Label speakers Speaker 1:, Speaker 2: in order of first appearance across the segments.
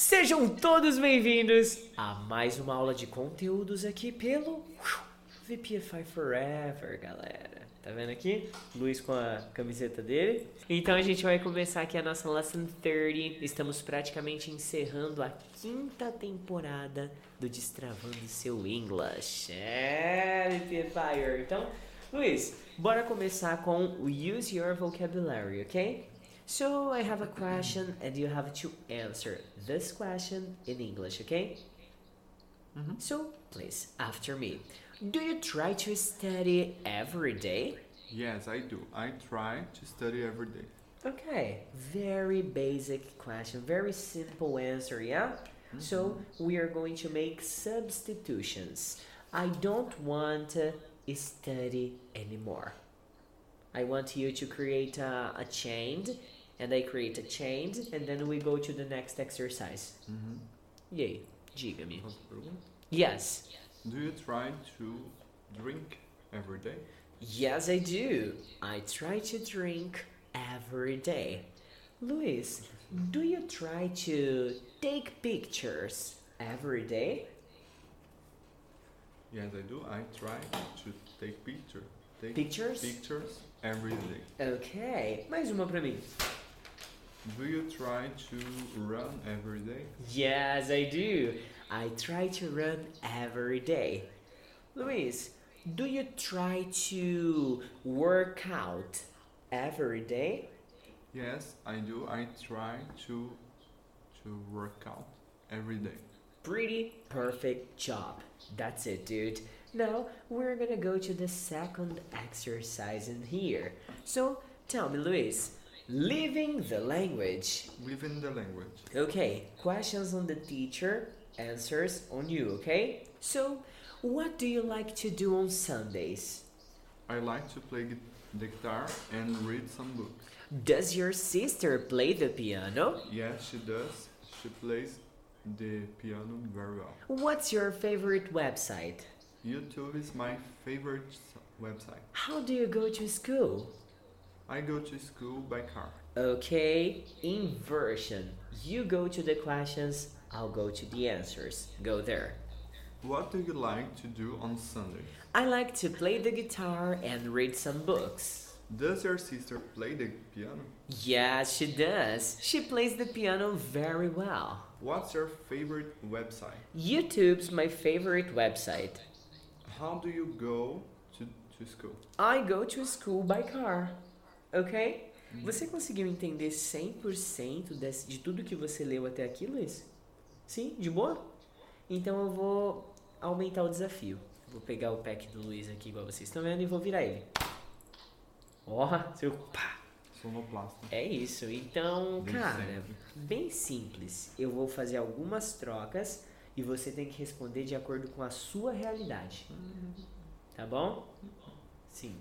Speaker 1: Sejam todos bem-vindos a mais uma aula de conteúdos aqui pelo VPFI Forever, galera. Tá vendo aqui? Luiz com a camiseta dele. Então a gente vai começar aqui a nossa Lesson 30. Estamos praticamente encerrando a quinta temporada do Destravando Seu English. É, VPFire. Então, Luiz, bora começar com o Use Your Vocabulary, ok? So I have a question and you have to answer this question in English, okay? So please, after me. Do you try to study every day?
Speaker 2: Yes, I do. I try to study every day.
Speaker 1: Okay, very basic question, very simple answer, yeah? So we are going to make substitutions. I don't want to study anymore. I want you to create a, a chain, and I create a chain, and then we go to the next exercise.
Speaker 2: Mm-hmm.
Speaker 1: E aí, diga-me.
Speaker 2: Outra pergunta?
Speaker 1: Yes,
Speaker 2: Do you try to drink every day?
Speaker 1: yes, I do. I try to drink every day. Luis, do you try to take pictures every day?
Speaker 2: Yes, I do. I try to take picture. Take
Speaker 1: Pictures?
Speaker 2: Pictures every day.
Speaker 1: Ok, mais uma pra mim.
Speaker 2: Do you try to run every day?
Speaker 1: Yes, I do. I try to run every day. Luis, do you try to work out every day?
Speaker 2: Yes, I do. I try to to work out every day.
Speaker 1: Pretty perfect job. That's it, dude. Now we're gonna go to the second exercise in here. So tell me, Luis, leaving the language.
Speaker 2: Within the language.
Speaker 1: Okay, questions on the teacher, answers on you, okay? So, what do you like to do on Sundays?
Speaker 2: I like to play gui- the guitar and read some books.
Speaker 1: Does your sister play the piano?
Speaker 2: Yes, she does. She plays the piano very well.
Speaker 1: What's your favorite website?
Speaker 2: YouTube is my favorite s- website.
Speaker 1: How do you go to school?
Speaker 2: I go to school by car.
Speaker 1: Okay, inversion. You go to the questions, I'll go to the answers. Go there.
Speaker 2: What do you like to do on Sunday?
Speaker 1: I like to play the guitar and read some books.
Speaker 2: Does your sister play the piano?
Speaker 1: Yes, she does. She plays the piano very well.
Speaker 2: What's your favorite website?
Speaker 1: YouTube's my favorite website.
Speaker 2: How do you go to, to school?
Speaker 1: I go to school by car. Ok? Você conseguiu entender 100% desse, de tudo que você leu até aqui, Luiz? Sim? De boa? Então eu vou aumentar o desafio. Vou pegar o pack do Luiz aqui, igual vocês estão vendo, e vou virar ele. Ó, seu pá!
Speaker 2: Sonoplasta.
Speaker 1: É isso. Então,
Speaker 2: Bem
Speaker 1: cara,
Speaker 2: simples.
Speaker 1: bem simples. Eu vou fazer algumas trocas e você tem que responder de acordo com a sua realidade. Tá bom? Sim.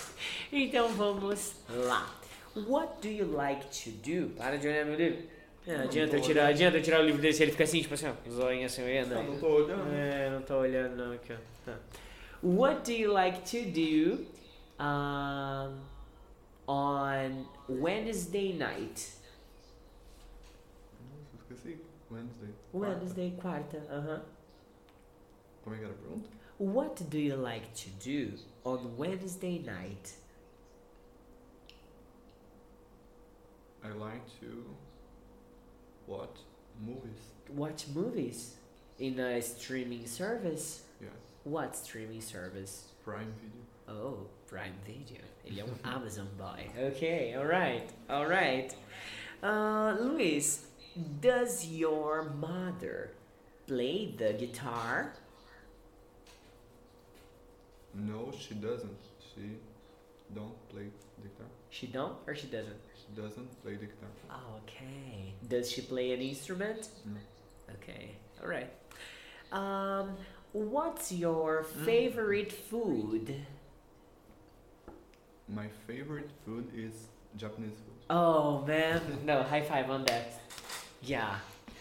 Speaker 1: então vamos lá. What do you like to do? Para de olhar meu livro. Não, adianta eu tirar, adianta eu tirar o livro desse, ele fica assim, tipo assim, ó, zoinho assim, olhando.
Speaker 2: Eu não tô olhando.
Speaker 1: É, não tô olhando não aqui, ó. Tá. What do you like to do um, on Wednesday night?
Speaker 2: Nossa, esqueci. Wednesday. Quarta.
Speaker 1: Wednesday, quarta, aham.
Speaker 2: Como é que era a pergunta?
Speaker 1: What do you like to do on Wednesday night?
Speaker 2: I like to watch movies.
Speaker 1: Watch movies in a streaming service?
Speaker 2: Yes.
Speaker 1: What streaming service?
Speaker 2: Prime Video.
Speaker 1: Oh, Prime Video. Ele é um Amazon boy. Ok, alright, alright. Uh, Luis, does your mother play the guitar?
Speaker 2: No, she doesn't. She don't play the guitar.
Speaker 1: She don't or she doesn't?
Speaker 2: She doesn't play the guitar.
Speaker 1: Oh, okay. Does she play an instrument?
Speaker 2: No.
Speaker 1: Okay, alright. Um, what's your favorite food?
Speaker 2: My favorite food is Japanese food.
Speaker 1: Oh man, no, high five on that. Yeah,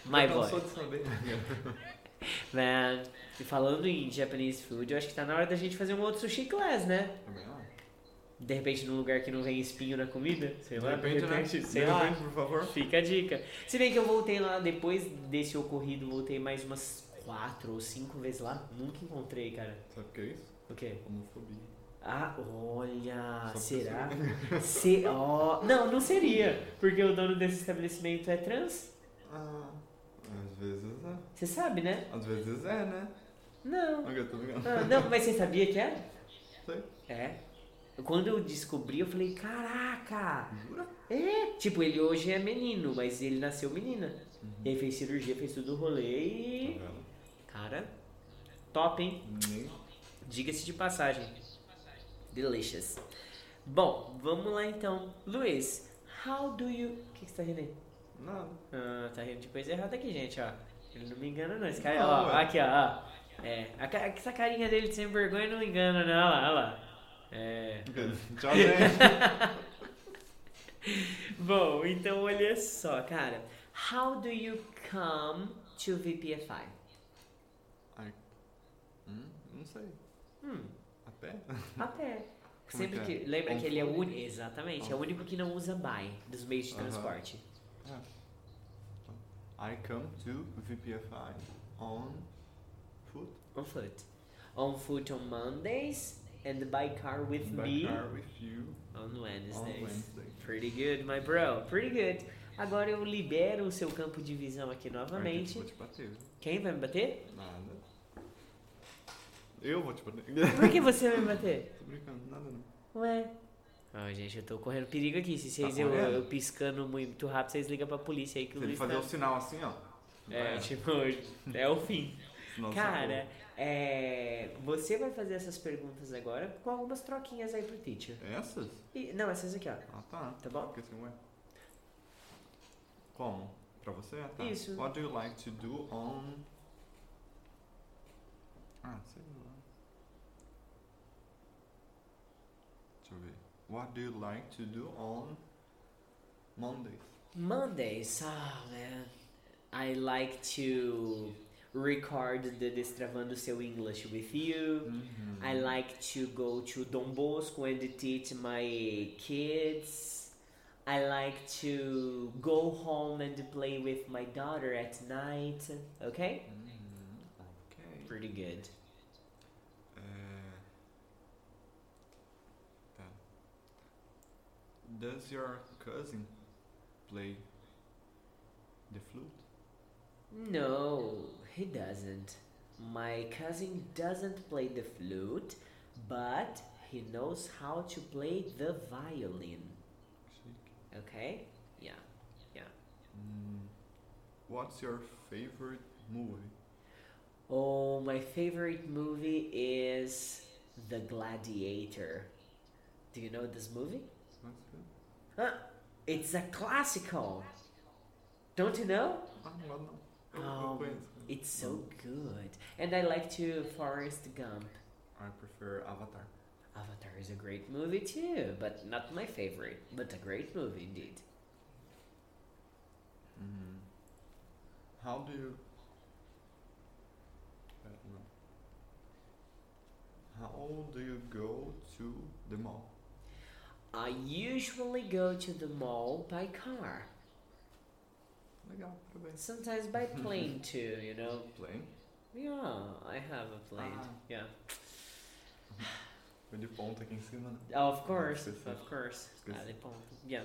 Speaker 1: my
Speaker 2: Eu não
Speaker 1: boy.
Speaker 2: sou de saber.
Speaker 1: Man, e falando em Japanese food, eu acho que tá na hora da gente fazer um outro sushi class, né?
Speaker 2: Também não.
Speaker 1: de repente num lugar que não vem espinho na comida, sei
Speaker 2: De
Speaker 1: lá,
Speaker 2: repente, né?
Speaker 1: sei
Speaker 2: de
Speaker 1: lá.
Speaker 2: repente, por favor.
Speaker 1: Fica a dica. Se bem que eu voltei lá depois desse ocorrido, voltei mais umas quatro ou cinco vezes lá, nunca encontrei, cara.
Speaker 2: Sabe o que é isso?
Speaker 1: O quê?
Speaker 2: Homofobia.
Speaker 1: Ah, olha,
Speaker 2: Só
Speaker 1: será? Se, ó, não, não seria, porque o dono desse estabelecimento é trans.
Speaker 2: Ah, às vezes é.
Speaker 1: Você sabe, né?
Speaker 2: Às vezes é, né?
Speaker 1: Não.
Speaker 2: Ok, tô brincando.
Speaker 1: Ah, não, mas você sabia que é?
Speaker 2: Sei.
Speaker 1: É. Quando eu descobri, eu falei, caraca! É, tipo, ele hoje é menino, mas ele nasceu menina. E aí fez cirurgia, fez tudo o rolê
Speaker 2: Tá
Speaker 1: e.
Speaker 2: vendo?
Speaker 1: Cara, top, hein?
Speaker 2: Nem
Speaker 1: Diga-se de passagem. Delicious. Bom, vamos lá então. Luiz, how do you. O que, que você tá rindo aí?
Speaker 2: nada.
Speaker 1: Ah, tá rindo de coisa errada aqui, gente, ó. Ele não me engana, não. Esse cara,
Speaker 2: Não,
Speaker 1: ó,
Speaker 2: ué.
Speaker 1: aqui, ó. ó. É, a ca- essa carinha dele de sem vergonha não engana, não. Olha lá, olha lá. É.
Speaker 2: Tchau, gente.
Speaker 1: Bom, então olha só, cara. How do you come to VPFI?
Speaker 2: Hum, não sei.
Speaker 1: Hum,
Speaker 2: A pé?
Speaker 1: a pé.
Speaker 2: Como é
Speaker 1: Sempre
Speaker 2: que é?
Speaker 1: que. Lembra
Speaker 2: On
Speaker 1: que ele é o
Speaker 2: foot?
Speaker 1: único. Exatamente, é o único que não usa by dos meios de
Speaker 2: Aham.
Speaker 1: transporte.
Speaker 2: I come to VPFI on foot.
Speaker 1: On foot. On foot on Mondays and by car with
Speaker 2: Back
Speaker 1: me
Speaker 2: car with you
Speaker 1: on
Speaker 2: on
Speaker 1: Wednesdays.
Speaker 2: Wednesday.
Speaker 1: Pretty good, my bro. Pretty good. Agora eu libero o seu campo de visão aqui novamente.
Speaker 2: Eu vou te bater. viu?
Speaker 1: Quem vai me bater?
Speaker 2: Nada. Eu vou te bater.
Speaker 1: Por que você vai me bater?
Speaker 2: Tô brincando, nada não.
Speaker 1: Ué. Ai, gente, eu tô correndo perigo aqui. Se vocês
Speaker 2: Tá
Speaker 1: eu,
Speaker 2: correndo?
Speaker 1: eu piscando muito rápido, vocês ligam pra polícia aí que
Speaker 2: Se
Speaker 1: o
Speaker 2: ele
Speaker 1: Luiz
Speaker 2: fazer
Speaker 1: tá...
Speaker 2: o sinal assim, ó.
Speaker 1: É, tipo, é o fim.
Speaker 2: Sinal
Speaker 1: Cara, é, você vai fazer essas perguntas agora com algumas troquinhas aí pro teacher.
Speaker 2: sacou. Essas?
Speaker 1: E- não, essas aqui, ó.
Speaker 2: Ah, tá.
Speaker 1: Tá bom?
Speaker 2: Porque assim, ué. Como? Pra você? Ah, tá.
Speaker 1: Isso.
Speaker 2: What do you like to do on... Ah, sei lá. Deixa eu ver. What do you like to do on Mondays?
Speaker 1: Mondays, ah, man. I like to record the Destravando Seu English with you. I like to go to Dom Bosco and teach my kids. I like to go home and play with my daughter at night. Okay?
Speaker 2: Uhum, Ok.
Speaker 1: Pretty good.
Speaker 2: É. Uh, Tá. Does your cousin play the flute?
Speaker 1: No, he doesn't. My cousin doesn't play the flute, but he knows how to play the violin.
Speaker 2: Chique.
Speaker 1: Okay? Yeah.
Speaker 2: Hum, Mm, What's your favorite movie?
Speaker 1: Oh, my favorite movie is The Gladiator. Do you know this movie?
Speaker 2: That's good.
Speaker 1: It's a classical. Don't you know?
Speaker 2: Ah, não gosto não.
Speaker 1: Oh,
Speaker 2: Eu, eu conheço.
Speaker 1: It's so good. And I like to Forrest Gump.
Speaker 2: I prefer Avatar.
Speaker 1: Avatar is a great movie too, but not my favorite, but a great movie indeed.
Speaker 2: Hum. Mm-hmm. How do you. uh, Pera, não. How do you go to the mall?
Speaker 1: I usually go to the mall by car,
Speaker 2: Legal, parabéns.
Speaker 1: sometimes by plane too, you know.
Speaker 2: Plane?
Speaker 1: Yeah, I have a plane.
Speaker 2: Ah.
Speaker 1: Yeah.
Speaker 2: Foi de ponta aqui em cima, né?
Speaker 1: Oh, Of course,
Speaker 2: Esqueci.
Speaker 1: of course.
Speaker 2: Esqueci.
Speaker 1: Ah, they pumped. Yeah.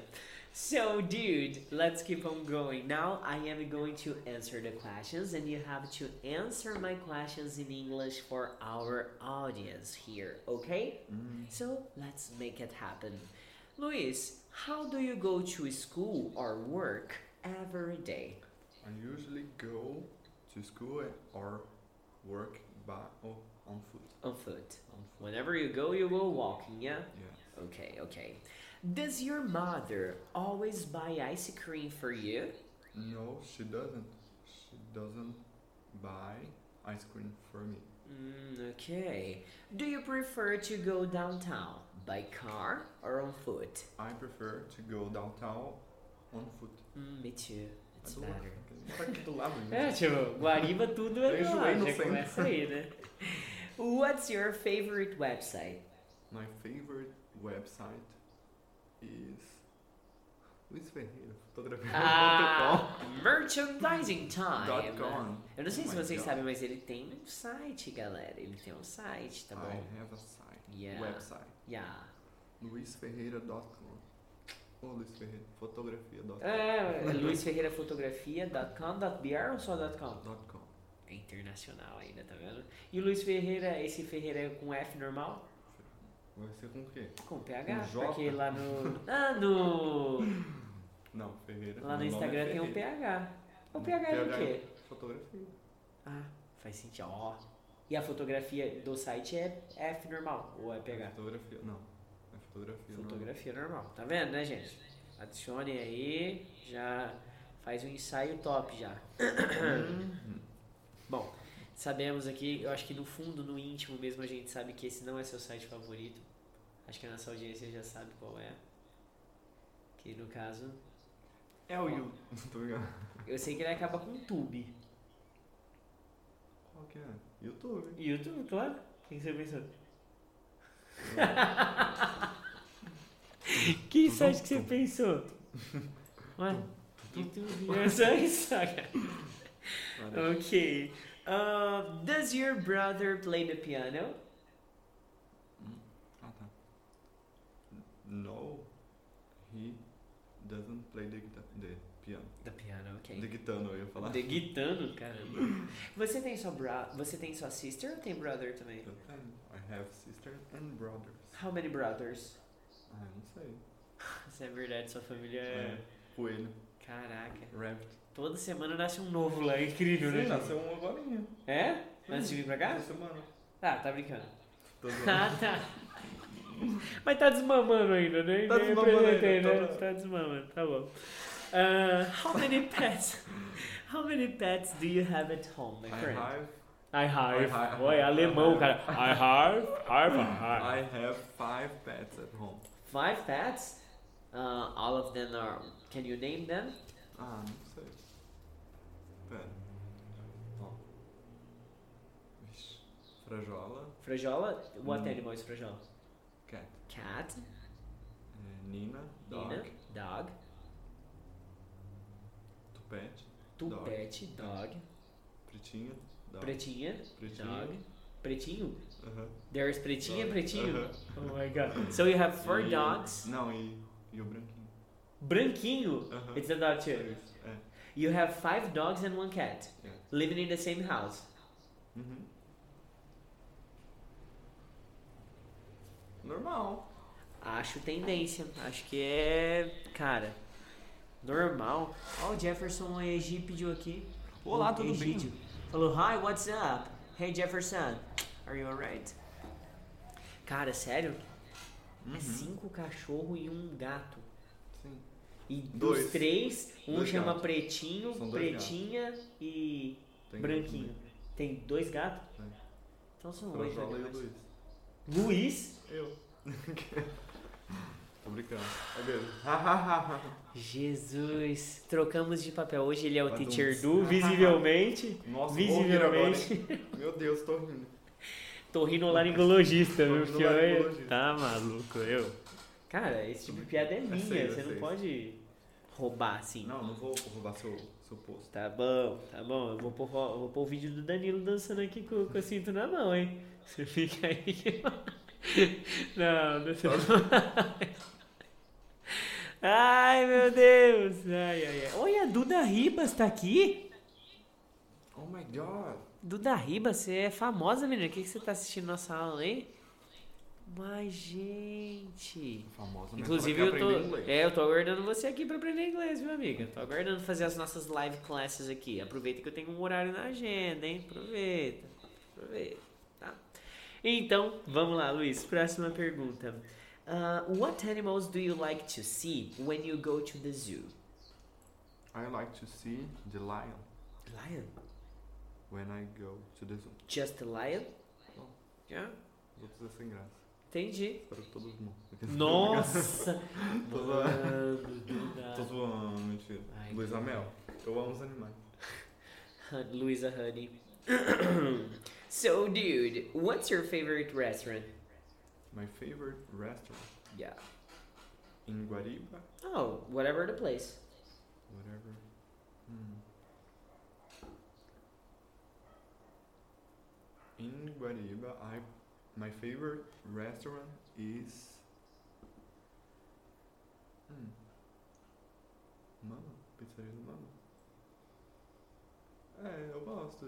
Speaker 1: So, dude, let's keep on going. Now I am going to answer the questions, and you have to answer my questions in English for our audience here, okay?
Speaker 2: Hum.
Speaker 1: So, let's make it happen. Luis, how do you go to school or work every day?
Speaker 2: I usually go to school or work by oh, on foot.
Speaker 1: On foot.
Speaker 2: On foot.
Speaker 1: Whenever you go, you go walking, yeah?
Speaker 2: Yeah.
Speaker 1: Okay, okay. Does your mother always buy ice cream for you?
Speaker 2: No, she doesn't. She doesn't buy ice cream for me.
Speaker 1: Mm, okay. Do you prefer to go downtown by car or on foot?
Speaker 2: I prefer to go downtown on foot.
Speaker 1: Mm, me too. It's
Speaker 2: Adoro.
Speaker 1: better.
Speaker 2: Mora aqui do lado,
Speaker 1: É,
Speaker 2: gente.
Speaker 1: tipo, Guariba tudo é
Speaker 2: Eu
Speaker 1: lá,
Speaker 2: enjoei no
Speaker 1: já
Speaker 2: centro.
Speaker 1: começa aí, né? What's your favorite website?
Speaker 2: My favorite website is luisferreira.com.
Speaker 1: Ah, merchandising time.
Speaker 2: com.
Speaker 1: Eu não sei
Speaker 2: Oh
Speaker 1: se
Speaker 2: my
Speaker 1: vocês
Speaker 2: God.
Speaker 1: sabem, mas ele tem um site, galera. Ele tem um site, tá
Speaker 2: I
Speaker 1: bom?
Speaker 2: have a site.
Speaker 1: Yeah.
Speaker 2: Website.
Speaker 1: Yeah.
Speaker 2: luisferreira.com. Ou Luiz Ferreira, fotografia.com.
Speaker 1: É, luisferreirafotografia.com.br ou só .com?
Speaker 2: Dot com.
Speaker 1: É internacional ainda, tá vendo? E o Luiz Ferreira, esse Ferreira é com F normal?
Speaker 2: Vai ser com o quê?
Speaker 1: Com PH,
Speaker 2: Com J?
Speaker 1: porque lá no. Ah, no.
Speaker 2: Não, Ferreira.
Speaker 1: Lá no
Speaker 2: Meu nome é
Speaker 1: Instagram tem um
Speaker 2: Ferreira.
Speaker 1: PH. O PH é o
Speaker 2: PH.
Speaker 1: quê?
Speaker 2: Fotografia.
Speaker 1: Ah, faz sentido. Ó. E a fotografia do site é F normal ou é PH?
Speaker 2: Fotografia. Não. É fotografia. não.
Speaker 1: Fotografia normal, tá vendo, né, gente? Adicione aí, já faz um ensaio top já.
Speaker 2: Hum.
Speaker 1: Bom, sabemos aqui, eu acho que no fundo, no íntimo mesmo, a gente sabe que esse não é seu site favorito. Acho que a nossa audiência já sabe qual é. Que no caso,
Speaker 2: É o You. Tô ligado.
Speaker 1: eu sei que ele é acaba com tube.
Speaker 2: Qual que é? YouTube.
Speaker 1: YouTube, claro. O que você pensou? que site que você pensou? um Ué? YouTube. É só isso, cara.
Speaker 2: Olha.
Speaker 1: Ok. Uh, does your brother play the piano?
Speaker 2: Hum. Ah, tá. No. He doesn't play the, guitar, the piano.
Speaker 1: The piano,
Speaker 2: The
Speaker 1: ok.
Speaker 2: guitar, eu ia falar.
Speaker 1: The guitano, caramba. Você tem sua bra... Você tem sua sister ou tem brother também?
Speaker 2: Eu tenho. I have sister and brothers.
Speaker 1: How many brothers?
Speaker 2: Ah, eu não sei.
Speaker 1: Isso é verdade, sua família é...
Speaker 2: É. Coelho.
Speaker 1: Caraca.
Speaker 2: Rabbit.
Speaker 1: Toda semana nasce um novo lá, é incrível, né? gente?
Speaker 2: Sim, nasceu um agorinha.
Speaker 1: É? Antes de vir pra cá?
Speaker 2: Essa semana.
Speaker 1: Ah, tá brincando.
Speaker 2: Tô
Speaker 1: Ah,
Speaker 2: zoando.
Speaker 1: tá. Mas tá desmamando ainda, né?
Speaker 2: Tá
Speaker 1: Nem
Speaker 2: desmamando
Speaker 1: apresentei,
Speaker 2: ainda,
Speaker 1: né?
Speaker 2: tá-
Speaker 1: Tá desmamando, tá bom. Ah, how many pets? How many pets do you have at home, my
Speaker 2: I
Speaker 1: friend?
Speaker 2: have,
Speaker 1: I
Speaker 2: I
Speaker 1: have.
Speaker 2: have-
Speaker 1: Oi,
Speaker 2: I
Speaker 1: alemão,
Speaker 2: have.
Speaker 1: cara. I have, I have, I
Speaker 2: I
Speaker 1: have.
Speaker 2: have five pets at home.
Speaker 1: Five pets? Uh, all of them are. Can you name them?
Speaker 2: Ah, não sei. Pera. Ó. Vixe. Frajola,
Speaker 1: Frajola? What
Speaker 2: Hum.
Speaker 1: animal is Frajola?
Speaker 2: cat.
Speaker 1: Cat,
Speaker 2: É, Nina, dog.
Speaker 1: Nina, dog,
Speaker 2: Tupete,
Speaker 1: Tupete, dog,
Speaker 2: pretinha, dog.
Speaker 1: Pretinha,
Speaker 2: Pretinho.
Speaker 1: dog, Pretinho.
Speaker 2: Aham.
Speaker 1: There's Pretinha,
Speaker 2: Dog. Uh-huh.
Speaker 1: Pretinho.
Speaker 2: Aham.
Speaker 1: Oh my god. So you have four
Speaker 2: E-
Speaker 1: dogs.
Speaker 2: Não, e, e o branquinho.
Speaker 1: Branquinho.
Speaker 2: Aham.
Speaker 1: It's a dog
Speaker 2: É
Speaker 1: too.
Speaker 2: isso, é.
Speaker 1: You have five dogs and one cat
Speaker 2: Yeah.
Speaker 1: living in the same house.
Speaker 2: Uhum. Normal.
Speaker 1: Acho tendência. Acho que é. Cara. Normal. Ó, o Jefferson Egi pediu aqui.
Speaker 2: Olá,
Speaker 1: Um
Speaker 2: tudo bem?
Speaker 1: Egídio. Falou, hi, what's up? Hey Jefferson, are you alright? Cara, sério?
Speaker 2: Uhum.
Speaker 1: É cinco cachorros e um gato.
Speaker 2: Sim.
Speaker 1: E dos
Speaker 2: Dois.
Speaker 1: três, um
Speaker 2: Dois
Speaker 1: chama
Speaker 2: gatos.
Speaker 1: Pretinho,
Speaker 2: São dois
Speaker 1: Pretinha e
Speaker 2: Tem
Speaker 1: Branquinho.
Speaker 2: gato É.
Speaker 1: Tem dois gatos?
Speaker 2: Tem.
Speaker 1: Então são
Speaker 2: também.
Speaker 1: oito.
Speaker 2: Frajola e o
Speaker 1: animais.
Speaker 2: Luiz.
Speaker 1: Luiz?
Speaker 2: Eu. Tô brincando. É mesmo.
Speaker 1: Jesus. Trocamos de papel. Hoje ele é o
Speaker 2: Badum.
Speaker 1: Teacher Du, visivelmente.
Speaker 2: Nossa, vou rir agora, hein?
Speaker 1: visivelmente.
Speaker 2: Meu Deus, tô rindo.
Speaker 1: Torrinolaringologista, viu? Porque eu...
Speaker 2: Torrinolaringologista.
Speaker 1: Tá maluco, eu. Cara, esse tipo de piada é
Speaker 2: Eu
Speaker 1: minha.
Speaker 2: sei, eu
Speaker 1: Você não
Speaker 2: sei.
Speaker 1: pode roubar assim.
Speaker 2: Não, não vou roubar seu, seu posto.
Speaker 1: Tá bom, tá bom. Eu vou pôr, eu vou pôr o vídeo do Danilo dançando aqui com, com a cinto na mão, hein? Você fica aí. que eu- Não, é deixa eu. Ai, meu Deus. Ai, ai, ai. Oi, a Duda Ribas tá aqui?
Speaker 2: Oh my god.
Speaker 1: Duda Ribas, você é famosa, menina. O que, que você tá assistindo nossa aula aí? Mas, gente.
Speaker 2: Famosa, mas
Speaker 1: Inclusive,
Speaker 2: pra
Speaker 1: eu
Speaker 2: quem
Speaker 1: tô,
Speaker 2: aprende inglês.
Speaker 1: é, eu tô aguardando você aqui pra aprender inglês, meu amigo. Tô aguardando fazer as nossas live classes aqui. Aproveita que eu tenho um horário na agenda, hein? Aproveita. Aproveita, tá? Então, vamos lá, Luiz. Próxima pergunta. Ah, what animals do you like to see when you go to the zoo?
Speaker 2: I like to see the lion
Speaker 1: Lion?
Speaker 2: when I go to the zoo.
Speaker 1: Just a lion?
Speaker 2: Não.
Speaker 1: Yeah?
Speaker 2: Os outros é sem graça.
Speaker 1: Entendi.
Speaker 2: Espero que todos morram.
Speaker 1: Nossa!
Speaker 2: Tô zoando.
Speaker 1: Mano,
Speaker 2: Tô
Speaker 1: Duda.
Speaker 2: zoando, mentira.
Speaker 1: Ai,
Speaker 2: Luiz Amel, eu amo os animais.
Speaker 1: Hun- Luisa Honey. so, dude, what's your favorite restaurant?
Speaker 2: My favorite restaurant
Speaker 1: Yeah.
Speaker 2: in Guariba,
Speaker 1: Oh, whatever the place.
Speaker 2: whatever. Hmm. In Guariba, I my favorite restaurant is. Hmm. Mama, pizzaria do Mama. É, eu gosto.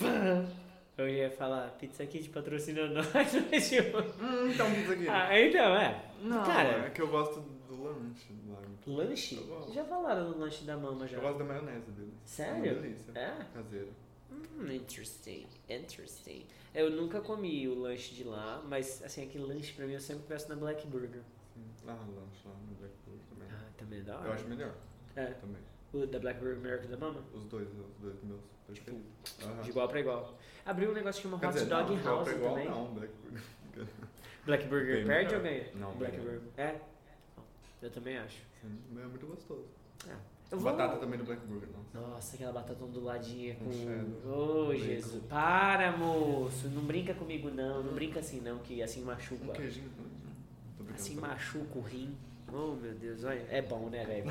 Speaker 1: Eu ia falar, Pizza Kit patrocina nós, mas tipo...
Speaker 2: hum, então pizza aqui.
Speaker 1: Ah, então, é.
Speaker 2: Não,
Speaker 1: cara.
Speaker 2: é que eu gosto do lanche lá.
Speaker 1: Lanche?
Speaker 2: Tá bom.
Speaker 1: Já falaram do lanche da mama já.
Speaker 2: Eu gosto da maionese dele. É uma
Speaker 1: Sério?
Speaker 2: delícia.
Speaker 1: É?
Speaker 2: Caseira.
Speaker 1: Hum, interesting, interesting. Eu nunca comi o lanche de lá, mas assim, aquele lanche pra mim eu sempre peço na Black Burger.
Speaker 2: Sim. Ah, lanche lá no Black Bull também.
Speaker 1: Ah, também é da
Speaker 2: Uhum. Eu acho
Speaker 1: hora.
Speaker 2: melhor
Speaker 1: É,
Speaker 2: também.
Speaker 1: o da Black Burger é melhor que o da mama? Tipo,
Speaker 2: Os dois, os dois meus preferidos. Aham.
Speaker 1: De igual pra igual. Abriu um negócio que chama
Speaker 2: Quer
Speaker 1: Hot
Speaker 2: dizer,
Speaker 1: Dog
Speaker 2: não, igual
Speaker 1: House
Speaker 2: pra igual,
Speaker 1: também.
Speaker 2: Não, Black Bull.
Speaker 1: Black Burger
Speaker 2: Bem
Speaker 1: perde
Speaker 2: melhor.
Speaker 1: ou ganha?
Speaker 2: Não,
Speaker 1: Black
Speaker 2: ganha.
Speaker 1: Burger. É? Eu também acho.
Speaker 2: Sim, mas é muito gostoso.
Speaker 1: É.
Speaker 2: Tipo,
Speaker 1: Eu vou-
Speaker 2: Batata também do Black Burger, não.
Speaker 1: Nossa, aquela batata onduladinha
Speaker 2: Com cheddar.
Speaker 1: com. Ô,
Speaker 2: Bacon.
Speaker 1: Jesus. Para, moço. Não brinca comigo, não. Não brinca assim, não, que assim machuca.
Speaker 2: Um queijinho. hum, Tô brincando.
Speaker 1: Assim
Speaker 2: tô brincando.
Speaker 1: machuca o rim. Oh, meu Deus, olha. É bom, né, velho?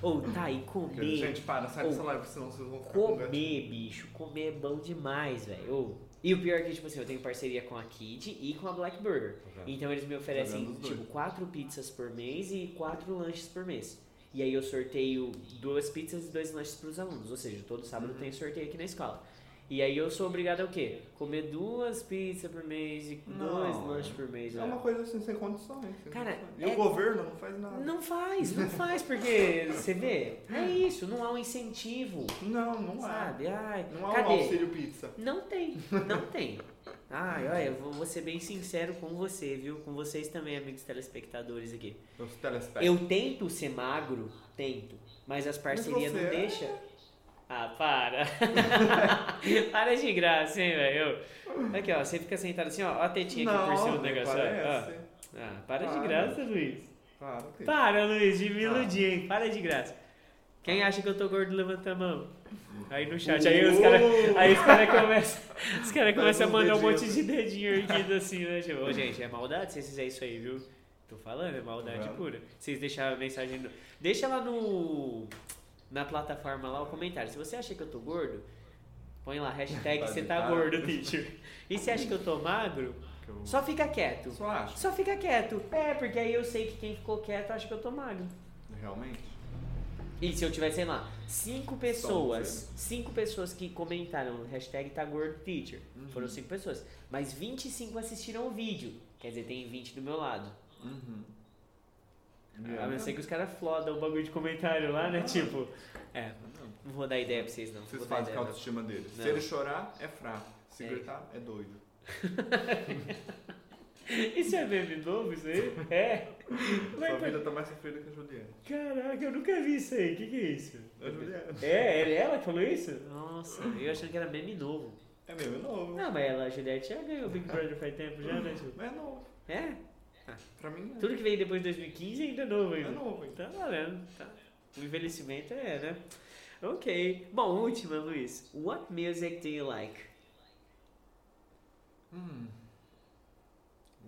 Speaker 1: Ou tá aí, comer.
Speaker 2: Gente, para, sai
Speaker 1: Ou
Speaker 2: dessa live, senão vocês vão ficar com gato.
Speaker 1: Comer, bicho. Comer é bom demais, velho. Ô, E o pior é que, tipo assim, eu tenho parceria com a Kid e com a Black Burger.
Speaker 2: Tá vendo?
Speaker 1: Então eles me oferecem,
Speaker 2: Pagando os dois.
Speaker 1: tipo, quatro pizzas por mês e quatro lanches por mês. E aí eu sorteio duas pizzas e dois lanches pros alunos. Ou seja, todo sábado
Speaker 2: Uhum.
Speaker 1: tem sorteio aqui na escola. E aí eu sou obrigado a o quê? Comer duas pizzas por mês e dois
Speaker 2: Não,
Speaker 1: lanches por mês.
Speaker 2: É
Speaker 1: né?
Speaker 2: uma coisa assim, sem condições. sem
Speaker 1: Cara,
Speaker 2: condições. E
Speaker 1: é-
Speaker 2: o governo não faz nada.
Speaker 1: Não faz, não faz, porque você vê, é isso, não há um incentivo,
Speaker 2: Não, não há.
Speaker 1: sabe? Ai,
Speaker 2: Não há um
Speaker 1: cadê?
Speaker 2: auxílio pizza.
Speaker 1: Não tem, não tem. Ai, olha, eu vou, vou ser bem sincero com você, viu? Com vocês também, amigos telespectadores aqui.
Speaker 2: Os telespectadores.
Speaker 1: Eu tento ser magro, tento, mas as parcerias
Speaker 2: você
Speaker 1: não
Speaker 2: é-
Speaker 1: deixam. Ah, para. para de graça, hein, velho. Aqui, ó, você fica sentado assim, ó, ó a tetinha aqui por cima do
Speaker 2: nem
Speaker 1: negócio. é, ó.
Speaker 2: parece.
Speaker 1: Ah, para de
Speaker 2: Para.
Speaker 1: graça, Luiz.
Speaker 2: Claro que
Speaker 1: Para, Luiz, de me
Speaker 2: Ah.
Speaker 1: iludir, hein? Para de graça. Quem acha que eu tô gordo, levanta a mão. Aí no chat,
Speaker 2: Uh!
Speaker 1: aí os caras aí os cara começam os cara
Speaker 2: Dá
Speaker 1: começa a
Speaker 2: uns
Speaker 1: mandar um monte
Speaker 2: dedinhos.
Speaker 1: de dedinho erguido assim, né? Tipo, ô, gente, é maldade se vocês fizerem isso aí, viu? Tô falando, é maldade
Speaker 2: Tá vendo?
Speaker 1: pura. Vocês deixaram a mensagem no... Deixa lá no... Na plataforma lá o comentário. Se você acha que eu tô gordo, põe lá, hashtag
Speaker 2: Tá
Speaker 1: você
Speaker 2: de
Speaker 1: tá
Speaker 2: cara.
Speaker 1: gordo, teacher. E se acha que eu tô magro,
Speaker 2: Que eu
Speaker 1: só fica quieto.
Speaker 2: só acho.
Speaker 1: Só fica quieto. É, porque aí eu sei que quem ficou quieto acha que eu tô magro.
Speaker 2: Realmente.
Speaker 1: E se eu tiver, sei lá, cinco pessoas, cinco pessoas que comentaram hashtag tá gordo teacher,
Speaker 2: Uhum.
Speaker 1: foram cinco pessoas, mas 25 assistiram o vídeo, quer dizer, tem 20 do meu lado.
Speaker 2: Uhum. É.
Speaker 1: A não ser que os caras flodam o bagulho de comentário lá, né?
Speaker 2: Ah.
Speaker 1: Tipo, é,
Speaker 2: Não.
Speaker 1: não vou dar ideia pra vocês não.
Speaker 2: Vocês
Speaker 1: vou dar
Speaker 2: fazem com a
Speaker 1: ideia,
Speaker 2: autoestima deles.
Speaker 1: Não.
Speaker 2: Se ele chorar, é fraco. Se
Speaker 1: É.
Speaker 2: gritar, é doido.
Speaker 1: não. Isso é meme novo, isso aí? É?
Speaker 2: Sua
Speaker 1: Mas,
Speaker 2: vida tá mais sofrida que a Juliette.
Speaker 1: Caraca, eu nunca vi isso aí, o que, que é isso?
Speaker 2: A Juliette.
Speaker 1: É, é ela que falou isso? Nossa, eu achando que era meme novo.
Speaker 2: É meu, é novo.
Speaker 1: Não, mas ela, a Juliette, já ganhou o Big Brother faz tempo já, né, tio?
Speaker 2: Mas é novo.
Speaker 1: É?
Speaker 2: Pra mim é.
Speaker 1: Tudo que veio depois de 2015 ainda é novo
Speaker 2: É
Speaker 1: ainda.
Speaker 2: novo, então.
Speaker 1: Tá valendo, tá. O envelhecimento é, né? Ok. Bom, última, Luiz. What music do you like?
Speaker 2: Hum.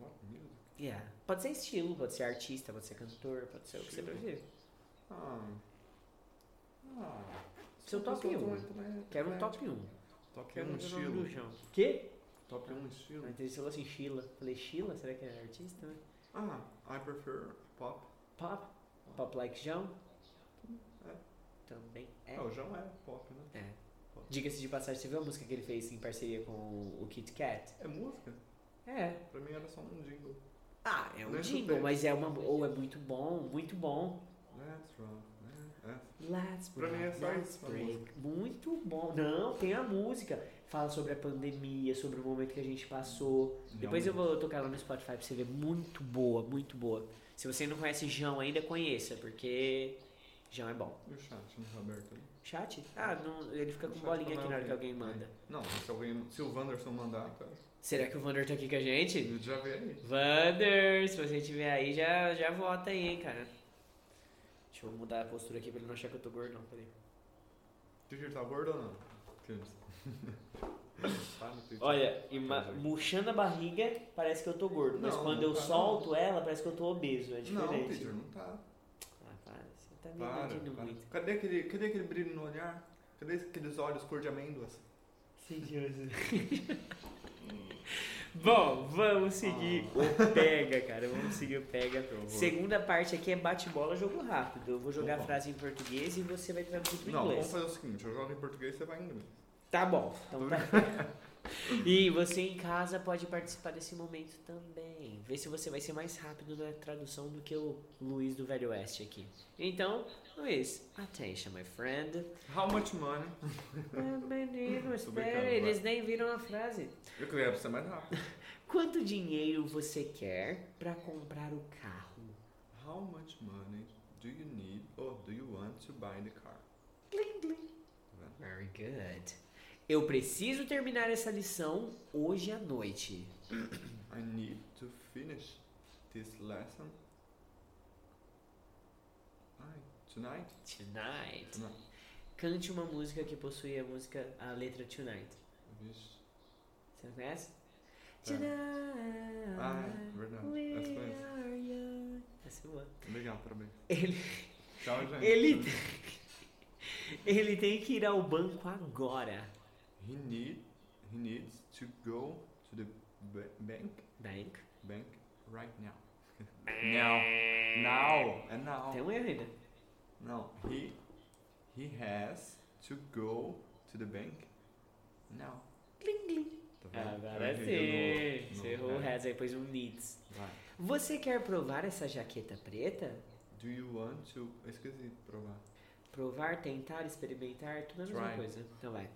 Speaker 2: What music?
Speaker 1: Yeah. Pode ser estilo, pode ser artista, pode ser cantor, pode ser o que você
Speaker 2: Estilo.
Speaker 1: preferir.
Speaker 2: Ah. Ah.
Speaker 1: Seu top
Speaker 2: Pessoa
Speaker 1: um.
Speaker 2: muito, né?
Speaker 1: Quero um
Speaker 2: É,
Speaker 1: top 1.
Speaker 2: Top
Speaker 1: Quero
Speaker 2: 1
Speaker 1: estilo.
Speaker 2: estilo.
Speaker 1: Que?
Speaker 2: Top 1 estilo.
Speaker 1: Mas ele falou assim, Sheila. Falei, Sheila? Será que é artista, né?
Speaker 2: Ah, I prefer pop.
Speaker 1: Pop? Pop like João?
Speaker 2: É.
Speaker 1: Também
Speaker 2: É.
Speaker 1: é.
Speaker 2: o João é pop, né?
Speaker 1: É. Diga-se de passagem, você viu a música que ele fez em parceria com o Kit Kat?
Speaker 2: É música?
Speaker 1: É.
Speaker 2: Pra mim era só um jingle.
Speaker 1: Ah, é um
Speaker 2: Não é
Speaker 1: jingle,
Speaker 2: super.
Speaker 1: mas é uma. Ou é muito bom, muito bom.
Speaker 2: That's wrong. É, é.
Speaker 1: Let's
Speaker 2: Pra
Speaker 1: break.
Speaker 2: mim é só
Speaker 1: let's
Speaker 2: isso, a
Speaker 1: break. Muito bom. Não, tem a música. Fala sobre a pandemia, sobre o momento que a gente passou. Depois eu vou tocar lá no Spotify pra você ver. Muito boa, muito boa. Se você não conhece João ainda, conheça, porque João é bom.
Speaker 2: E o chat não tá aberto ali?
Speaker 1: Chat? Ah, não, ele fica com
Speaker 2: Chat tá É.
Speaker 1: bolinha
Speaker 2: pra
Speaker 1: aqui na hora que alguém
Speaker 2: alguém.
Speaker 1: manda.
Speaker 2: Não, se, alguém, se o Wanderson mandar, cara,
Speaker 1: Será que o Vander tá aqui com a gente?
Speaker 2: ele já vê aí.
Speaker 1: Vander, se você estiver aí, já, já vota aí, hein, cara. Deixa eu mudar a postura aqui pra ele não achar que eu tô gordão. Peraí.
Speaker 2: Twitter tá gordo ou não? Porque Filmes. Tá no Twitter.
Speaker 1: Olha, e ma- murchando a barriga, parece que eu tô gordo. mas
Speaker 2: Não,
Speaker 1: quando
Speaker 2: não
Speaker 1: eu
Speaker 2: tá, não.
Speaker 1: solto ela, parece que eu tô obeso. É
Speaker 2: Não,
Speaker 1: diferente.
Speaker 2: Peter, não tá.
Speaker 1: ah, para, você tá me
Speaker 2: Para,
Speaker 1: iludindo
Speaker 2: para.
Speaker 1: muito.
Speaker 2: Cadê aquele, cadê aquele brilho no olhar? Cadê aqueles olhos cor de amêndoas?
Speaker 1: Bom, vamos seguir
Speaker 2: Ah.
Speaker 1: o Pega, cara. Vamos seguir o Pega. Segunda parte aqui é bate-bola, jogo rápido. Eu vou jogar
Speaker 2: Opa.
Speaker 1: a frase em português e você vai traduzir pro
Speaker 2: Não, vamos
Speaker 1: inglês.
Speaker 2: fazer o seguinte, eu jogo em português e você vai em inglês.
Speaker 1: Tá bom, então tá. E você em casa pode participar desse momento também. Vê se você vai ser mais rápido na tradução do que o Luiz do Velho Oeste aqui. Então, Luiz, attention, my friend.
Speaker 2: How much money?
Speaker 1: Ah, Menino,
Speaker 2: brincando,
Speaker 1: espera,
Speaker 2: vai.
Speaker 1: eles nem viram a frase.
Speaker 2: Eu queria ser mais rápido.
Speaker 1: Quanto dinheiro você quer pra comprar o carro?
Speaker 2: How much money do you need or do you want to buy the car?
Speaker 1: Very good. Eu preciso terminar essa lição hoje à noite.
Speaker 2: I need to finish this lesson. Ai, tonight?
Speaker 1: Tonight.
Speaker 2: Tonight.
Speaker 1: Cante uma música que possui a música, a letra Tonight.
Speaker 2: Vixe.
Speaker 1: Você não conhece?
Speaker 2: Tá.
Speaker 1: Tonight.
Speaker 2: Ah, é verdade.
Speaker 1: we
Speaker 2: Essa conheço.
Speaker 1: are young. Essa é boa.
Speaker 2: Legal, parabéns.
Speaker 1: Ele,
Speaker 2: Tchau, gente.
Speaker 1: ele, ele tem que ir ao banco agora.
Speaker 2: He need he needs to go to the ba- bank
Speaker 1: Bank.
Speaker 2: bank right now. Now. É. Now and now.
Speaker 1: Tem um erro ainda.
Speaker 2: No, he he has to go to the bank now.
Speaker 1: Gling, gling.
Speaker 2: Tá vendo?
Speaker 1: Ah, Agora
Speaker 2: Eu errei
Speaker 1: sim.
Speaker 2: no- no-
Speaker 1: Você errou o
Speaker 2: é.
Speaker 1: resto, aí pôs um needs.
Speaker 2: Vai.
Speaker 1: Você quer provar essa jaqueta preta?
Speaker 2: Do you want to? Eu esqueci de provar.
Speaker 1: Provar, tentar, experimentar, tudo a mesma
Speaker 2: Try.
Speaker 1: coisa. Então vai.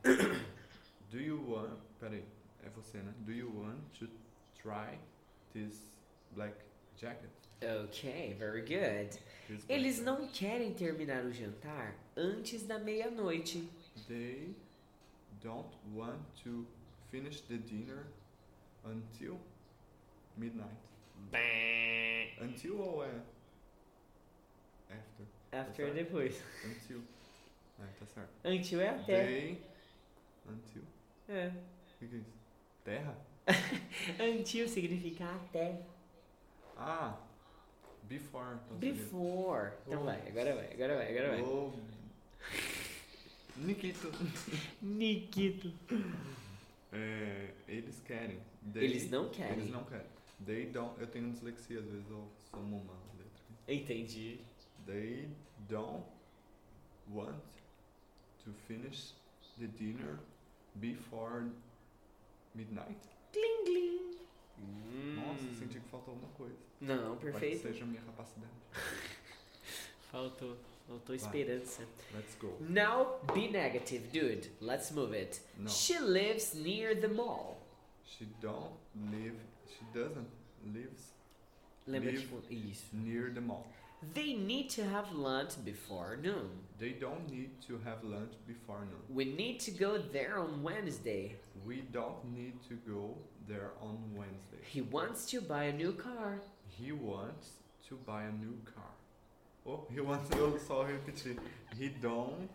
Speaker 2: Do you want? Peraí, é você, né? Do you want to try this black jacket?
Speaker 1: Ok, very good.
Speaker 2: This black
Speaker 1: Eles
Speaker 2: jacket.
Speaker 1: não querem terminar o jantar antes da meia-noite.
Speaker 2: They don't want to finish the dinner until midnight.
Speaker 1: Bem.
Speaker 2: Until ou é? After.
Speaker 1: After
Speaker 2: Tá certo.
Speaker 1: depois.
Speaker 2: Until. Ah, tá certo.
Speaker 1: Until é até.
Speaker 2: They. Until.
Speaker 1: É.
Speaker 2: O que, que é isso? Terra?
Speaker 1: Until significa até.
Speaker 2: Ah! Before. então seria-
Speaker 1: Before. Então vai, agora vai, agora vai, agora vai.
Speaker 2: Oh. Nikito.
Speaker 1: Nikito.
Speaker 2: É, eles querem. They-
Speaker 1: Eles não querem.
Speaker 2: Eles não querem. They don't. Eu tenho dislexia, às vezes eu sou uma letra.
Speaker 1: Entendi.
Speaker 2: They don't want to finish the dinner before midnight.
Speaker 1: Gling, gling.
Speaker 2: Nossa,
Speaker 1: Hum.
Speaker 2: senti que faltou alguma coisa.
Speaker 1: Não,
Speaker 2: Vai
Speaker 1: perfeito.
Speaker 2: que seja a minha capacidade.
Speaker 1: Faltou. Faltou
Speaker 2: Vai.
Speaker 1: esperança.
Speaker 2: Let's go.
Speaker 1: Now be negative, dude. Let's move it.
Speaker 2: No.
Speaker 1: She lives near the mall.
Speaker 2: She don't live. She doesn't lives
Speaker 1: Lembra
Speaker 2: Live.
Speaker 1: tipo, isso.
Speaker 2: near the mall.
Speaker 1: They need to have lunch before noon.
Speaker 2: They don't need to have lunch before noon.
Speaker 1: We need to go there on Wednesday.
Speaker 2: We don't need to go there on Wednesday.
Speaker 1: He wants to buy a new car.
Speaker 2: He wants to buy a new car. Oh, he wants eu só repetir. He don't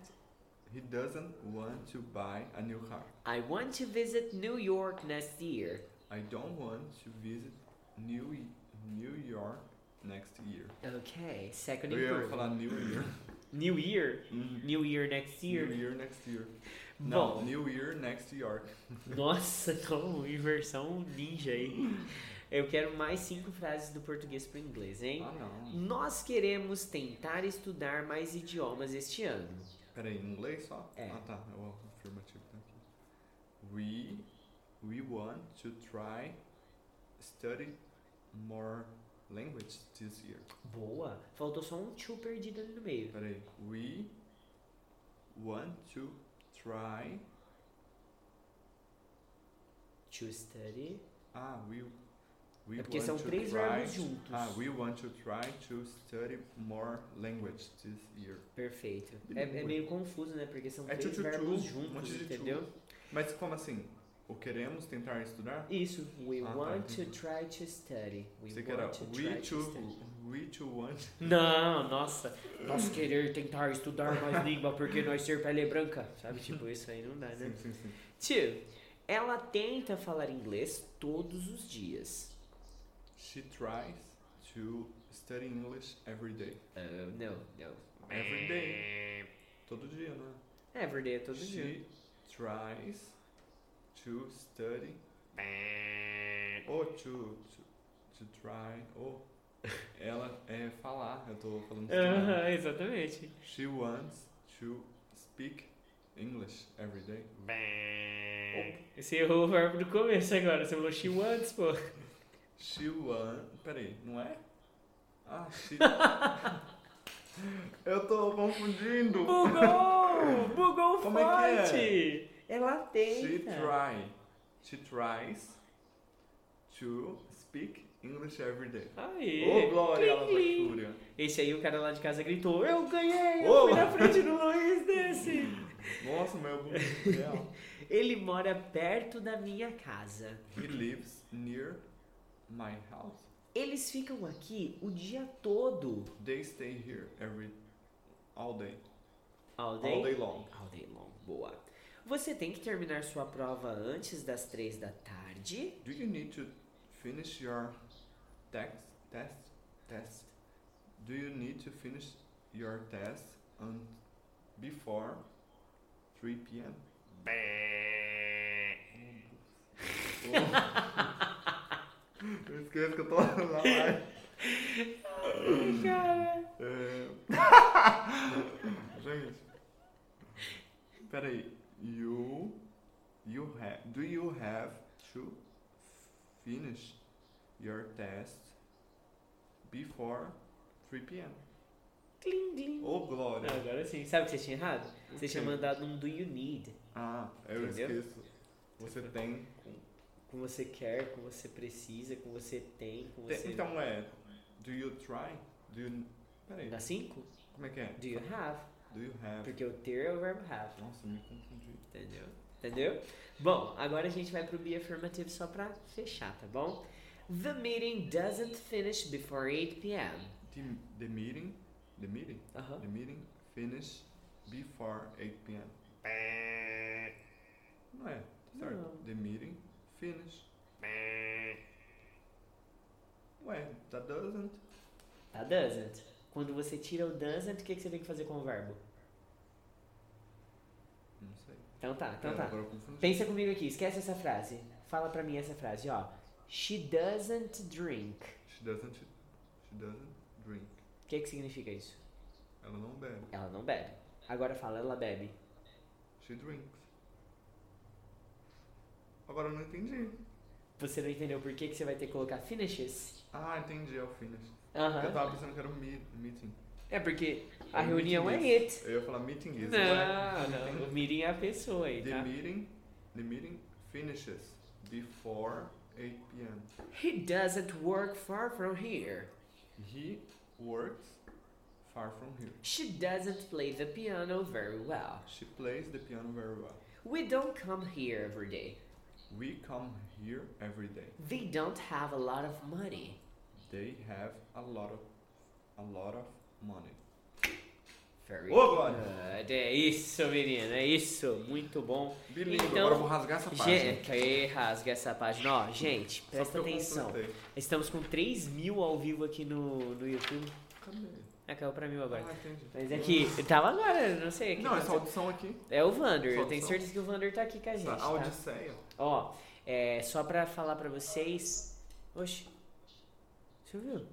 Speaker 2: he doesn't want to buy a new car.
Speaker 1: I want to visit New York next year.
Speaker 2: I don't want to visit New New York next year.
Speaker 1: Okay, second
Speaker 2: Eu ia
Speaker 1: improvement.
Speaker 2: falar New
Speaker 1: New
Speaker 2: Mm-hmm. Year.
Speaker 1: Year?
Speaker 2: New
Speaker 1: New Year next year?
Speaker 2: Year next year. Não,
Speaker 1: Bom,
Speaker 2: New Year next York.
Speaker 1: nossa, como inversão ninja aí. Eu quero mais cinco frases do português pro inglês, hein?
Speaker 2: Ah não.
Speaker 1: Nós queremos tentar estudar mais idiomas este ano.
Speaker 2: Peraí, em inglês só?
Speaker 1: É.
Speaker 2: Ah tá, é o afirmativo tá aqui. We we want to try study more language this year.
Speaker 1: Boa! Faltou só um tio perdido ali no meio.
Speaker 2: Peraí. We want to try.
Speaker 1: To study.
Speaker 2: Ah, we. we
Speaker 1: É porque
Speaker 2: want
Speaker 1: são
Speaker 2: to
Speaker 1: três
Speaker 2: try-
Speaker 1: verbos juntos.
Speaker 2: Ah, we want to try to study more language this year.
Speaker 1: Perfeito. É, é meio confuso, né? Porque são
Speaker 2: É
Speaker 1: três
Speaker 2: tchu-tchu-tchu,
Speaker 1: verbos
Speaker 2: um
Speaker 1: juntos,
Speaker 2: monte de tchu.
Speaker 1: entendeu?
Speaker 2: Mas como assim? O queremos tentar estudar?
Speaker 1: Isso. We
Speaker 2: Ah, tá,
Speaker 1: want to
Speaker 2: entendi.
Speaker 1: try to study. We
Speaker 2: Você que era
Speaker 1: want to
Speaker 2: we
Speaker 1: try to
Speaker 2: to
Speaker 1: study.
Speaker 2: We to want.
Speaker 1: Não, nossa. Nós querer é tentar estudar mais língua porque nós ser pele branca. Sabe, tipo, isso aí não dá, né?
Speaker 2: Sim, sim, sim.
Speaker 1: Tio, ela tenta falar inglês todos os dias.
Speaker 2: She tries to study English every day.
Speaker 1: Uh, não, não.
Speaker 2: Every day. Todo dia, né?
Speaker 1: Everyday é todo
Speaker 2: she
Speaker 1: dia.
Speaker 2: tries to study ou to, to, to try ou ela é falar, eu tô falando
Speaker 1: Aham,
Speaker 2: uh
Speaker 1: exatamente.
Speaker 2: She wants to speak English every day.
Speaker 1: Você errou o verbo do começo agora. Você falou she wants, pô.
Speaker 2: She wants. Peraí, não é? Ah, she. eu tô confundindo.
Speaker 1: Bugou! Bugou
Speaker 2: Como é
Speaker 1: forte!
Speaker 2: que
Speaker 1: Ela
Speaker 2: She
Speaker 1: tenta.
Speaker 2: try. She tries to speak English every day.
Speaker 1: Aí.
Speaker 2: Ô, Glória, ela
Speaker 1: Clim, clim.
Speaker 2: fúria.
Speaker 1: Esse aí, o cara lá de casa gritou: Eu ganhei! Eu
Speaker 2: Ô!
Speaker 1: fui na frente do Luiz desse!
Speaker 2: Nossa, meu bonito dela.
Speaker 1: Ele mora perto da minha casa.
Speaker 2: He lives near my house.
Speaker 1: Eles ficam aqui o dia todo.
Speaker 2: They stay here every all day,
Speaker 1: All
Speaker 2: all day long.
Speaker 1: All day long. Boa. Você tem que terminar sua prova antes das três da tarde.
Speaker 2: Do you need to finish your text test test? Do you need to finish your test on before 3 p.m.? Eu esqueço que eu tô na live.
Speaker 1: Cara.
Speaker 2: Eh, É. Gente. Peraí. You. You have. Do you have to finish your test before 3 p.m.?
Speaker 1: Clim, clim.
Speaker 2: Ô, Glória.
Speaker 1: Agora sim. Sabe o que você tinha errado? Você tinha mandado um do you need.
Speaker 2: Ah, eu
Speaker 1: Entendeu?
Speaker 2: esqueço. Você tem.
Speaker 1: Com você quer, com você precisa, com você tem, com
Speaker 2: tem-
Speaker 1: você.
Speaker 2: Então é. Do you try? Do you. Peraí.
Speaker 1: Na 5?
Speaker 2: Como é que é?
Speaker 1: Do you have?
Speaker 2: Do you have.
Speaker 1: Porque o ter é o verbo have.
Speaker 2: Nossa, me confundi.
Speaker 1: Entendeu? Entendeu? Bom, agora a gente vai pro be affirmative só pra fechar, tá bom? The meeting doesn't finish before 8 p.m.
Speaker 2: The, the meeting. The meeting?
Speaker 1: Aham.
Speaker 2: The meeting finish before 8 p.m. Não é? Certo.
Speaker 1: Não.
Speaker 2: The meeting finish. Ué, that doesn't.
Speaker 1: Tá doesn't. Quando você tira o doesn't, o que, que você tem que fazer com o verbo?
Speaker 2: Não sei.
Speaker 1: Então tá, então
Speaker 2: Pera,
Speaker 1: tá.
Speaker 2: Agora eu confundi.
Speaker 1: Pensa comigo aqui, esquece essa frase. Fala pra mim essa frase, ó. She doesn't drink.
Speaker 2: She doesn't. She doesn't drink.
Speaker 1: O que, que significa isso?
Speaker 2: Ela não bebe.
Speaker 1: Ela não bebe. Agora fala, ela bebe.
Speaker 2: She drinks. Agora eu não entendi.
Speaker 1: Você não entendeu por que, que você vai ter que colocar finishes?
Speaker 2: Ah, entendi, é o finish.
Speaker 1: Aham.
Speaker 2: Eu tava pensando que era um me meeting.
Speaker 1: É porque Ah. a
Speaker 2: É
Speaker 1: reunião é
Speaker 2: meeting
Speaker 1: it.
Speaker 2: Eu ia falar meeting is. ué.
Speaker 1: Não, não. O Mirim é a pessoa aí,
Speaker 2: The
Speaker 1: tá?
Speaker 2: meeting, the meeting finishes before 8 p.m.
Speaker 1: He doesn't work far from here.
Speaker 2: He works far from here.
Speaker 1: She doesn't play the piano very well.
Speaker 2: She plays the piano very well.
Speaker 1: We don't come here every day.
Speaker 2: We come here every day.
Speaker 1: They don't have a lot of money.
Speaker 2: They have a lot of a lot of money.
Speaker 1: Very
Speaker 2: Ô, Glória!
Speaker 1: good. É isso, menino. É isso. Muito bom.
Speaker 2: Bilíngue,
Speaker 1: Então,
Speaker 2: agora eu vou rasgar essa página.
Speaker 1: Gente, aí rasga essa página. Ó, gente,
Speaker 2: Tá Só
Speaker 1: presta
Speaker 2: porque eu
Speaker 1: atenção.
Speaker 2: completei.
Speaker 1: Estamos com 3 mil ao vivo aqui no, no YouTube.
Speaker 2: Cadê?
Speaker 1: Ah, caiu pra mil agora.
Speaker 2: Ah, entendi.
Speaker 1: Mas é que tava agora, não sei. aqui.
Speaker 2: Não, essa audição aqui.
Speaker 1: É o Vander,
Speaker 2: Só
Speaker 1: eu tenho
Speaker 2: só-
Speaker 1: certeza que o Vander tá aqui com a gente.
Speaker 2: Essa
Speaker 1: tá?
Speaker 2: audiceia.
Speaker 1: Ó, é, só pra falar pra vocês. Oxi. Você ouviu?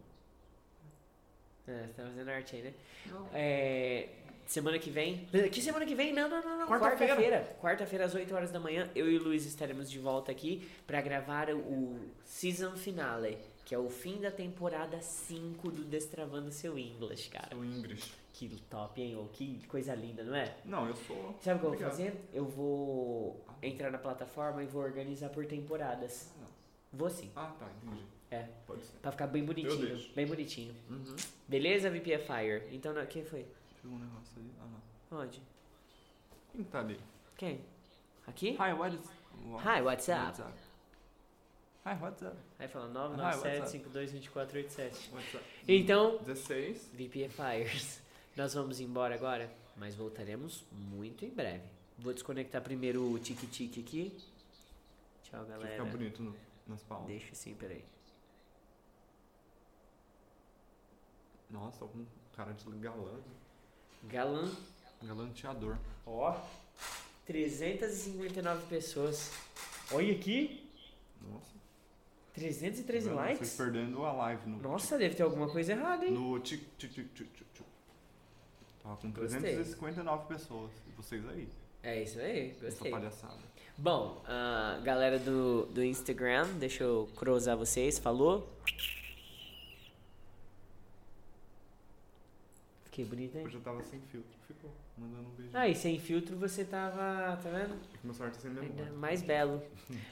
Speaker 1: É, você tá fazendo arte aí, né?
Speaker 2: Não.
Speaker 1: É, semana que vem. Que semana que vem? Não, não, não, não.
Speaker 2: Quarta-feira.
Speaker 1: Quarta-feira, Quarta-feira, às 8 horas da manhã, eu e o Luiz estaremos de volta aqui pra gravar o season finale, que é o fim da temporada 5 do Destravando Seu English, cara.
Speaker 2: Sou Ingrid.
Speaker 1: Que top, hein? ô? Que coisa linda, não é?
Speaker 2: Não, eu sou.
Speaker 1: Sabe o que eu vou
Speaker 2: Obrigado.
Speaker 1: fazer? Eu vou entrar na plataforma e vou organizar por temporadas.
Speaker 2: Ah, não.
Speaker 1: Vou sim,
Speaker 2: Ah, tá, entendi.
Speaker 1: É.
Speaker 2: Pode ser.
Speaker 1: pra ficar bem bonitinho.
Speaker 2: deixo.
Speaker 1: Bem bonitinho.
Speaker 2: Uhum.
Speaker 1: Beleza, VP Fire? Então, não, quem foi?
Speaker 2: Chegou um negócio ali. Ah, não.
Speaker 1: Onde?
Speaker 2: Quem tá ali?
Speaker 1: Quem? Aqui?
Speaker 2: Hi, what is.
Speaker 1: Hi, what's up?
Speaker 3: Hi, what's up?
Speaker 1: Aí fala
Speaker 3: Ah, what's
Speaker 1: 997-522487.
Speaker 2: What's up?
Speaker 1: Então,
Speaker 2: 16.
Speaker 1: VPFires, nós vamos embora agora, mas voltaremos muito em breve. Vou desconectar primeiro o tique-tique aqui. Tchau,
Speaker 2: Deixa eu ficar
Speaker 1: galera.
Speaker 2: bonito no- nas palmas.
Speaker 1: Deixa assim, peraí.
Speaker 2: Nossa, algum cara de galã.
Speaker 1: Galan,
Speaker 2: Galanteador.
Speaker 1: ó, 359 pessoas. Olha aqui,
Speaker 2: Nossa.
Speaker 1: 313
Speaker 2: Galã,
Speaker 1: likes.
Speaker 2: Vocês perdendo a live no.
Speaker 1: Nossa, deve ter alguma coisa errada, hein?
Speaker 2: No tic, tic, tic, tic, tic, tic. Tava com
Speaker 1: Gostei.
Speaker 2: 359 pessoas. E vocês aí.
Speaker 1: É isso aí,
Speaker 2: Essa
Speaker 1: gostei.
Speaker 2: palhaçada.
Speaker 1: Bom, a galera do, do Instagram, deixa eu cruzar vocês, falou? Fiquei bonito, hein?
Speaker 2: Hoje Tipo, eu tava sem filtro. Ficou. Mandando um beijo.
Speaker 1: Ah, e sem filtro você tava, tá vendo?
Speaker 2: Meu celular tá sem
Speaker 1: Ainda
Speaker 2: memória.
Speaker 1: mais belo.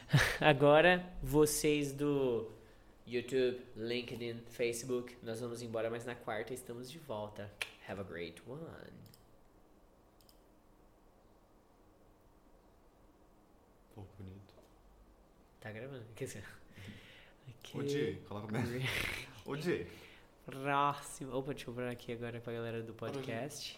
Speaker 1: Agora, vocês do YouTube, LinkedIn, Facebook, nós vamos embora, mas na quarta estamos de volta. Have a great one.
Speaker 2: Pô, bonito.
Speaker 1: Tá gravando? Quer dizer, ok.
Speaker 2: Odiei. Coloca bem. Odiei.
Speaker 1: Próximo. Opa, deixa eu ver aqui agora pra galera do podcast.